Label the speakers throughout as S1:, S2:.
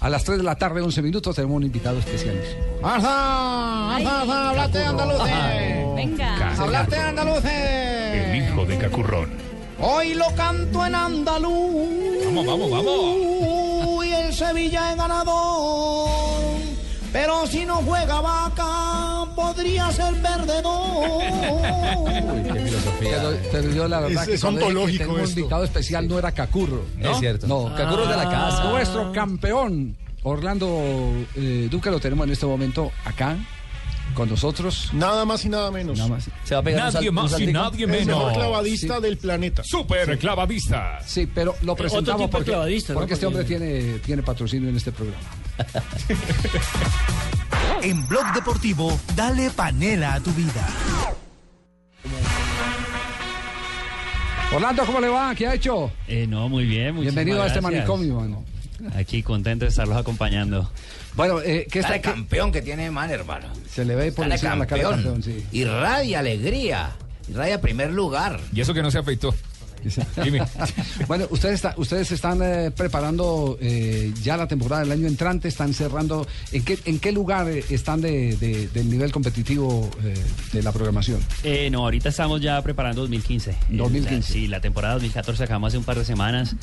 S1: A las 3 de la tarde, 11 minutos, tenemos un invitado especial.
S2: ¡Ajá! ¡Ajá! ajá ¡Hablate andaluces!
S3: Venga.
S2: ¡Hablate andaluces!
S4: El hijo de Cacurrón.
S2: Hoy lo canto en andaluz.
S4: Vamos, vamos, vamos.
S2: Y el Sevilla es ganador. Pero si no juega vaca, podría ser perdedor.
S1: Pero, pero yo la verdad
S5: Es-
S1: que
S5: es
S1: cuando dije que
S5: ontológico
S1: tengo un
S5: esto.
S1: invitado especial no era Cacurro.
S4: ¿No?
S6: Es cierto.
S1: No, Cacurro es de
S7: Ah.
S1: la casa. Nuestro campeón, Orlando eh, Duque, lo tenemos en este momento acá con nosotros.
S5: Nada más y nada menos.
S1: Nada más.
S6: Se va a pegar un sal-
S4: Nadie
S6: un
S4: más y
S6: saltico.
S4: nadie
S5: El mejor
S4: menos.
S5: clavadista del planeta.
S4: Super clavadista.
S1: Sí, pero lo presentamos
S7: tipo de
S1: porque,
S7: clavadista, ¿no?
S1: porque este hombre
S7: Porque-
S1: tiene, tiene patrocinio en este programa.
S8: En Blog Deportivo, dale panela a tu vida.
S1: Orlando, ¿cómo le va? ¿Qué ha hecho?
S7: Eh, no, muy bien. muchísimas
S1: Bienvenido a este
S7: gracias.
S1: manicomio, mano.
S7: Aquí contento de estarlos acompañando.
S1: Bueno, eh, ¿qué
S9: Cara
S1: está
S9: de campeón que tiene Man, hermano.
S1: Se le ve por
S9: Cara de
S1: encima la cara de campeón,
S9: campeón.
S1: sí.
S9: Irradia alegría. Irradia primer lugar.
S4: Y eso que no se afeitó. Dime.
S1: Bueno, ustedes, está- ustedes están eh, preparando eh, ya la temporada del año entrante, están cerrando. ¿En qué, en qué lugar eh, están de- de- del nivel competitivo eh, de la programación?
S7: Eh, no, ahorita estamos ya preparando 2015. Eh,
S1: 2015.
S7: la- sí, la temporada 2014 acabamos hace un par de semanas.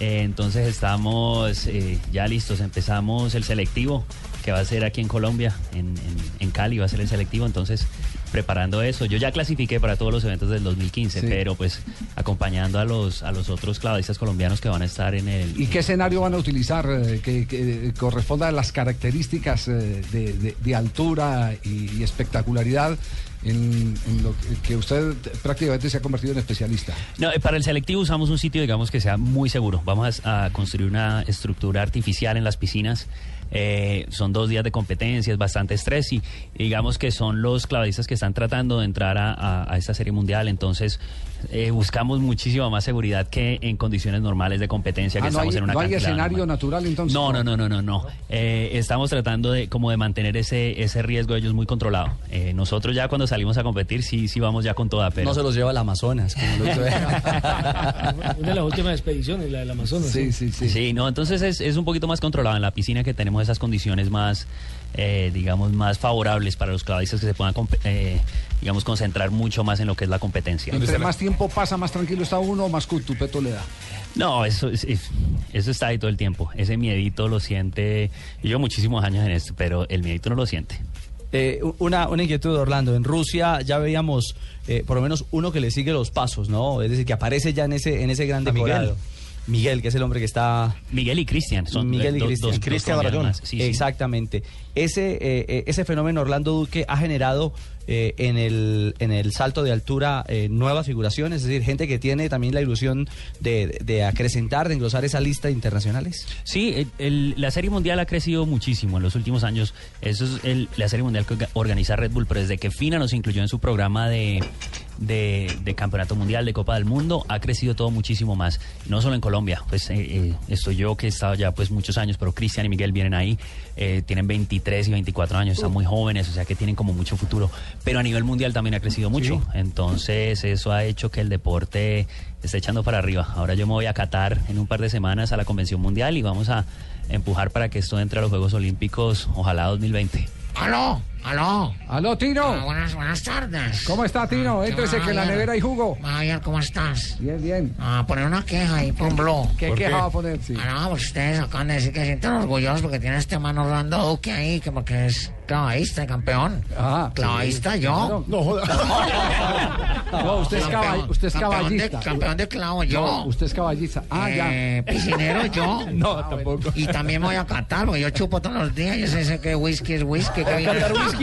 S7: Eh, entonces estamos eh, ya listos. Empezamos el selectivo que va a ser aquí en Colombia, en, en- en Cali va a ser el selectivo. Entonces preparando eso. Yo ya clasifiqué para todos los eventos del 2015,
S1: Sí.
S7: pero pues acompañando a los, a los otros clavadistas colombianos que van a estar en el...
S1: ¿Y qué escenario van a utilizar eh, que, que corresponda a las características eh, de, de- de altura y, y espectacularidad en, en lo que- que usted prácticamente se ha convertido en especialista?
S7: No, eh, para el selectivo usamos un sitio, digamos, que sea muy seguro. Vamos a, a construir una estructura artificial en las piscinas. Eh, son dos días de competencias, bastante estrés y y digamos que son los clavadistas que están tratando de entrar a, a- a esta serie mundial. Entonces eh, buscamos muchísima más seguridad que en condiciones normales de competencia que
S1: Ah, no
S7: estamos
S1: hay-
S7: en una
S1: no hay
S7: cantilada
S1: escenario
S7: normal.
S1: natural, entonces,
S7: No,
S1: ¿no?
S7: no, no, no, no, no. Eh, estamos tratando de como de mantener ese, ese riesgo de ellos muy controlado. Eh, nosotros ya cuando salimos a competir sí, sí vamos ya con toda, pero
S6: No se los lleva al Amazonas. como lo hizo él.
S10: Una de las últimas expediciones, la del Amazonas.
S1: Sí, sí, sí.
S7: Sí, no, entonces es, es un poquito más controlado. En la piscina que tenemos esas condiciones más, eh, digamos, más favorables para los clavadistas que se puedan, comp- eh, digamos, concentrar mucho más en lo que es la competencia.
S1: Entre
S4: está la-
S1: más tiempo pasa, más tranquilo está uno, más cultupeto le da.
S7: No, eso, es- es- eso está ahí todo el tiempo. Ese miedito lo siente. Yo llevo muchísimos años en esto, pero el miedito no lo siente.
S6: Eh, u- una, una inquietud, Orlando. En Rusia ya veíamos eh, por lo menos uno que le sigue los pasos, ¿no? Es decir, que aparece ya en ese, en ese gran
S7: A Miguel.
S6: decorado. Miguel, que es el hombre que está
S7: Miguel y Cristian son
S6: Miguel y
S7: do-
S6: Cristian.
S7: dos- dos
S6: Cristian
S7: colombianos
S6: Barragán.
S7: más. Sí, sí.
S6: Exactamente. Ese, eh, eh, ese fenómeno Orlando Duque ha generado eh, en, el, en el salto de altura eh, nuevas figuraciones, es decir, gente que tiene también la ilusión de, de acrecentar, de engrosar esa lista de internacionales.
S7: Sí, el- el- la Serie Mundial ha crecido muchísimo en los últimos años. Eso es el- la Serie Mundial que orga- organiza Red Bull, pero desde que FINA nos incluyó en su programa de, de- de Campeonato Mundial, de Copa del Mundo, ha crecido todo muchísimo más. No solo en Colombia, pues eh, eh, estoy yo que he estado ya pues muchos años, pero Cristian y Miguel vienen ahí, eh, tienen 23 y 24 años, están muy jóvenes, o sea que tienen como mucho futuro. Pero a nivel mundial también ha crecido mucho. Entonces eso ha hecho que el deporte está echando para arriba. Ahora yo me voy a Qatar en un par de semanas a la Convención Mundial y vamos a empujar para que esto entre a los Juegos Olímpicos, ojalá 2020.
S2: ¡Aló! ¡Aló!
S1: Aló,
S2: Ah,
S1: Tino.
S2: buenas, buenas tardes.
S1: ¿Cómo está, Tino?
S2: Ah, ¿qué
S1: Éntrese
S2: más,
S1: que en la
S2: Javier?
S1: nevera hay jugo.
S2: Javier, ¿cómo estás?
S1: Bien, bien.
S2: Ah, poner una queja ahí por un blog.
S1: ¿Qué
S4: ¿Por
S1: queja
S4: qué?
S1: va a poner? Sí.
S2: Ah, no, pues ustedes acaban de decir que se sienten orgullosos porque tiene este mano Orlando Duque ahí, que porque es clavadista, campeón.
S1: Ajá.
S2: Clavadista yo.
S1: Ah, Claro.
S5: No joda.
S1: No, usted es,
S2: Campeón-
S1: caball- usted es
S2: campeón de-
S1: caballista.
S2: Campeón de clavo yo.
S1: No, usted es caballista. Ah, ya.
S2: Eh, piscinero yo.
S4: No, tampoco.
S2: Y también me voy a catar, porque yo chupo todos los días. Yo sé, sé que whisky es whisky. Que vino es whisky?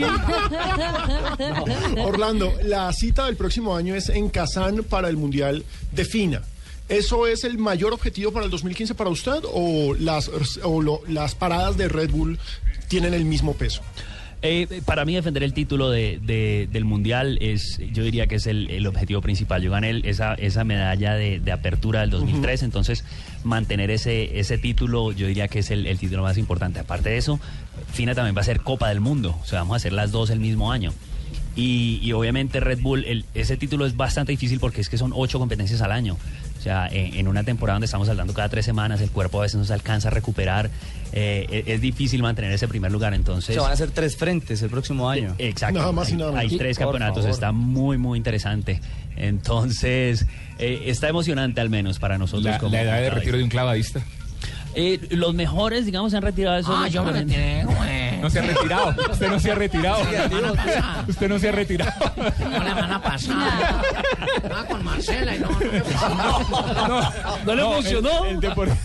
S5: Orlando, la cita del próximo año es en Kazán para el Mundial de FINA. ¿Eso es el mayor objetivo para el 2015 para usted o las, o lo- las paradas de Red Bull tienen el mismo peso?
S7: Eh, eh, para mí defender el título de- de- del mundial es, yo diría que es el, el objetivo principal. Yo gané el- esa, esa medalla de, de apertura del 2003, entonces mantener ese, ese título yo diría que es el, el título más importante. Aparte de eso, FINA también va a ser Copa del Mundo, o sea, vamos a hacer las dos el mismo año. Y, y obviamente Red Bull, el- ese título es bastante difícil porque es que son ocho competencias al año. O sea, sea, en, en una temporada donde estamos saltando cada tres semanas, el cuerpo a veces no se alcanza a recuperar. eh, e- es, difícil mantener ese primer lugar. Entonces,
S6: Se van a hacer tres frentes el próximo
S7: Eh,
S6: año.
S7: Exacto.
S5: Nada más y
S7: hay,
S5: nada
S7: hay
S5: menos.
S7: tres
S6: Por
S7: campeonatos,
S6: favor.
S7: está muy, muy interesante. Entonces, eh, está emocionante al menos para nosotros.
S4: La,
S7: como
S4: la edad de
S7: clavadistas.
S4: retiro de un clavadista.
S7: Eh, los mejores, digamos, se han retirado esos.
S9: Ah, yo me retiré, güey.
S4: No se ha retirado. Usted no se ha retirado.
S9: La semana pasada.
S4: Usted no se ha retirado.
S9: No, la semana pasada. Estaba con Marcela y no. no me
S10: ¿No le funcionó?
S4: El, el depor-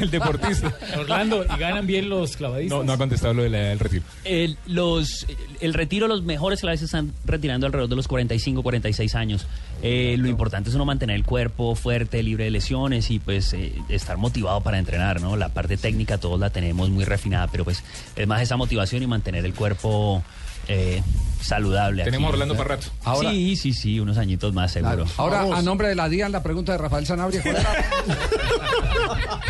S4: el deportista.
S10: Orlando, y ganan bien los clavadistas.
S4: No, no ha contestado lo de la edad del retiro.
S7: El, los, el retiro, los mejores claves están retirando alrededor de los 45, 46 años. Eh, lo importante es uno mantener el cuerpo fuerte, libre de lesiones y pues eh, estar motivado para entrenar, ¿no? La parte técnica todos la tenemos muy refinada, pero pues es más esa motivación y mantener el cuerpo eh, saludable. aquí,
S4: Tenemos a Orlando
S7: ¿no?
S4: para rato.
S1: Ahora-
S7: sí, sí, sí, unos añitos más seguro.
S1: Ahora, a nombre de la DIAN, la pregunta de Rafael Sanabria. ¿cuál era?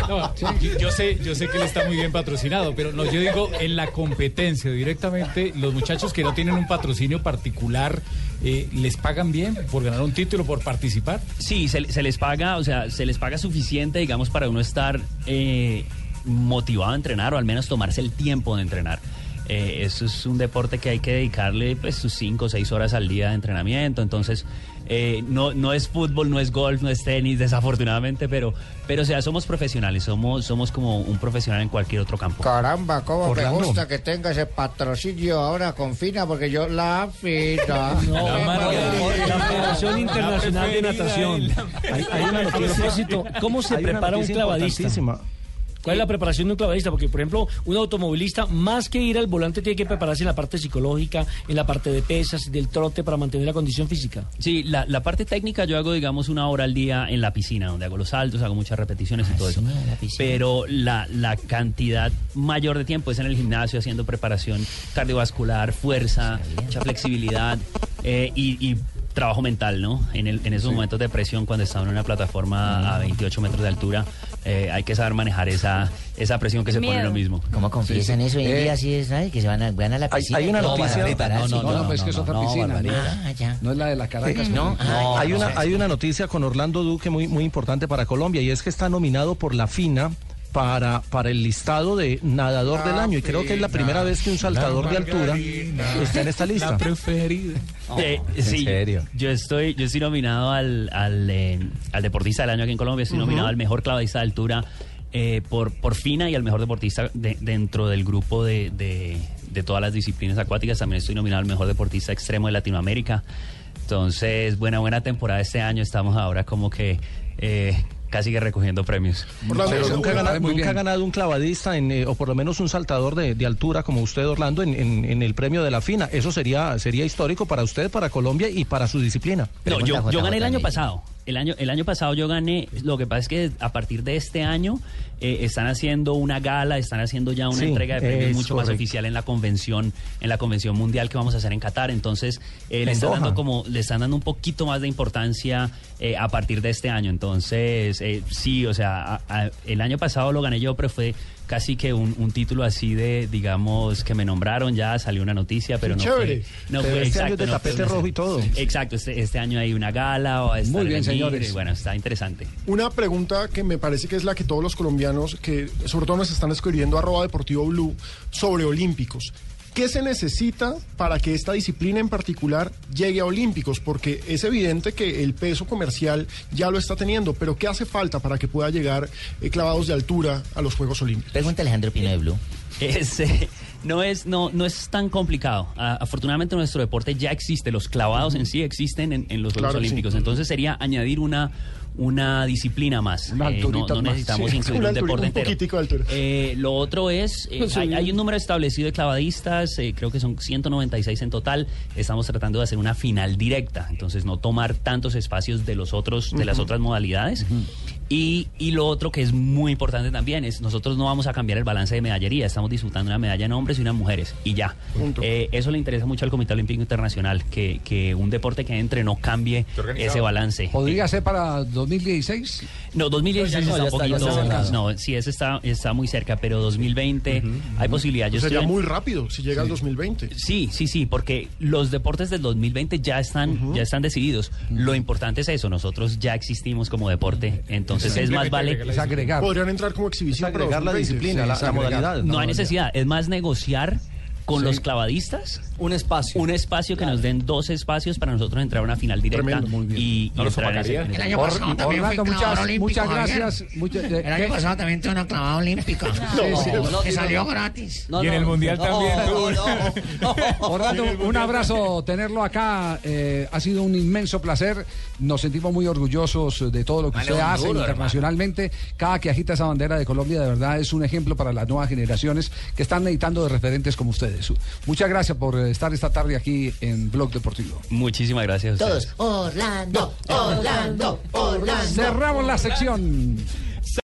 S3: No, yo, yo sé, yo sé que él está muy bien patrocinado, pero no, yo digo en la competencia directamente, los muchachos que no tienen un patrocinio particular, eh, ¿les pagan bien por ganar un título, por participar?
S7: Sí, se, se les paga, o sea, se les paga suficiente, digamos, para uno estar eh, motivado a entrenar o al menos tomarse el tiempo de entrenar. Eh, eso es un deporte que hay que dedicarle pues sus 5 o 6 horas al día de entrenamiento, entonces eh, no, no es fútbol, no es golf, no es tenis, desafortunadamente, pero, pero o sea, somos profesionales, somos, somos como un profesional en cualquier otro campo.
S2: Caramba, cómo me gusta que tenga ese patrocinio ahora con Fina, porque yo la Fina.
S10: No,
S2: Me
S10: mano,
S2: morí.
S10: la Federación Internacional de Natación. Hay, hay una noticia. A propósito, ¿Cómo se prepara un clavadista? ¿Cuál es la preparación de un clavadista? Porque, por ejemplo, un automovilista, más que ir al volante, tiene que prepararse en la parte psicológica, en la parte de pesas, del trote, para mantener la condición física.
S7: Sí, la, la parte técnica yo hago, digamos, una hora al día en la piscina, donde hago los saltos, hago muchas repeticiones y todo eso. Pero la, la cantidad mayor de tiempo es en el gimnasio haciendo preparación cardiovascular, fuerza, mucha flexibilidad eh, y, y trabajo mental, ¿no? En, el- en esos momentos de presión, cuando está uno en una plataforma a 28 metros de altura, eh, hay que saber manejar esa, esa presión que se pone en lo mismo.
S9: ¿Cómo confiesan eso hoy en
S2: Eh.
S9: día? Así es, ¿sabes? Que se van a, van a la
S6: Hay-
S9: piscina.
S6: hay una
S9: y todo para
S6: noticia-
S9: prepararse.
S1: No, no, pues es que es otra piscina.
S9: Barbarita. Ah, ya.
S1: No es la de la Caracas.
S9: No, ah,
S8: hay,
S9: ya, o
S8: una,
S9: sea,
S8: hay una noticia con Orlando Duque muy, muy importante para Colombia y es que está nominado por la FINA para, para el listado de nadador del
S4: Ah,
S8: año y creo que es la primera vez que un saltador de altura está en esta lista.
S3: preferida.
S7: Eh,
S6: Oh, ¿en
S7: sí,
S6: serio?
S7: Yo estoy, yo estoy nominado al, al, eh, al deportista del año aquí en Colombia, estoy nominado al mejor clavadista de altura eh, por, por FINA y al mejor deportista de- dentro del grupo de, de- de todas las disciplinas acuáticas. También estoy nominado al mejor deportista extremo de Latinoamérica. Entonces, buena, buena temporada este año. Estamos ahora como que eh, casi que recogiendo premios.
S5: Orlando,
S1: Pero nunca
S5: ¿tú qué-
S8: Nunca, ha gana-
S1: Vale, muy
S8: nunca ha
S1: bien.
S8: ganado un clavadista en, eh, o por lo menos un saltador de, de altura como usted, Orlando, en, en- en el premio de la FINA. Eso sería, sería histórico para usted, para Colombia y para su disciplina.
S7: No,
S9: Pregunta
S7: yo, yo
S9: JJ
S7: gané el año
S9: Medellín.
S7: pasado. El año, el año pasado yo gané. Lo que pasa es que a partir de este año eh, están haciendo una gala, están haciendo ya una
S8: Sí,
S7: entrega de premios
S8: es
S7: mucho más
S8: correcto.
S7: oficial en la convención, en la convención mundial que vamos a hacer en Qatar. Entonces eh,
S8: En
S7: le están
S8: Doha.
S7: dando como le están dando un poquito más de importancia eh, a partir de este año. Entonces eh, sí, o sea, a- a- el año pasado lo gané yo, pero fue casi que un, un título así de, digamos, que me nombraron ya salió una noticia, pero no
S5: chévere.
S7: fue, no
S8: Pero
S7: fue
S8: este año
S7: exacto,
S8: es de
S7: no fue
S8: tapete
S7: una-
S8: rojo y todo.
S7: Exacto, este, este año hay una gala. O
S1: Muy bien, señores.
S7: Y bueno, está interesante.
S5: Una pregunta que me parece que es la que todos los colombianos, que sobre todo nos están escribiendo arroba deportivo blue, sobre olímpicos. ¿Qué se necesita para que esta disciplina en particular llegue a olímpicos? Porque es evidente que el peso comercial ya lo está teniendo, pero ¿qué hace falta para que pueda llegar eh, clavados de altura a los Juegos Olímpicos?
S9: Pregunta a Alejandro Pino de Blue.
S7: Ese, eh, no, es, no, no es tan complicado. Ah, afortunadamente nuestro deporte ya existe, los clavados en sí existen en, en los Juegos
S5: Claro, sí.
S7: Olímpicos. Entonces sería añadir una, una disciplina más.
S1: Una
S7: Eh, no,
S1: alturita
S7: no
S1: más,
S7: necesitamos
S5: sí.
S7: incluir
S5: Una
S7: un
S5: altura-
S7: deporte
S5: un
S7: entero.
S5: poquitico de altura.
S7: Eh, lo otro es, eh,
S10: Pues,
S7: hay,
S10: sí.
S7: hay un número establecido de clavadistas, eh, creo que son 196 en total. Estamos tratando de hacer una final directa, entonces no tomar tantos espacios de los otros, de las otras modalidades. Y, y lo otro que es muy importante también es nosotros no vamos a cambiar el balance de medallería, estamos disputando una medalla en hombres y una en mujeres y ya. Eh, eso le interesa mucho al Comité Olímpico Internacional, que, que un deporte que entre no cambie ese balance.
S1: ¿Podría ser para 2016?
S7: No, 2016
S1: No, ya
S7: está un
S1: está, ya
S7: poquito.
S1: está cerrado.
S7: no, sí, ese está, está muy cerca, pero 2020 hay posibilidad. Yo
S5: Sería
S7: estoy en-
S5: muy rápido si llega al 2020.
S7: Sí, sí, sí, porque los deportes del 2020 ya están, ya están decididos. Lo importante es eso, nosotros ya existimos como deporte, entonces es más vale...
S1: Es agregar.
S5: Podrían entrar como exhibición.
S8: Es agregar
S5: para
S8: la
S5: 2020.
S8: disciplina, la-
S1: es
S8: la
S1: agregar.
S8: modalidad.
S7: No hay necesidad, es más negociar con los clavadistas
S6: Un espacio.
S7: un espacio que nos den dos espacios para nosotros entrar a una final directa
S5: Tremendo, muy
S7: y, y
S4: No los
S7: entrar en ese-
S4: opacaría.
S7: en ese-
S9: El año
S1: Or-
S9: pasado también
S1: Orlando,
S9: fui clavador
S1: muchas,
S9: olímpico,
S1: muchas
S9: Javier.
S1: gracias. muchas- eh,
S9: El año
S1: ¿qué?
S9: pasado también tuve una clavada olímpica.
S1: Sí, sí.
S9: que salió gratis.
S4: Y en el Mundial también tuvo-
S1: Orlando, un abrazo tenerlo acá. eh, ha sido un inmenso placer. Nos sentimos muy orgullosos de todo lo que
S9: Vale,
S1: usted
S9: un
S1: hace
S9: duro,
S1: internacionalmente. Cada que agita esa bandera de Colombia, de verdad, es un ejemplo para las nuevas generaciones que están necesitando de referentes como ustedes. Muchas gracias por estar esta tarde aquí en Blog Deportivo.
S7: Muchísimas gracias a ustedes.
S9: Todos. Orlando, Orlando, Orlando.
S1: Cerramos la sección.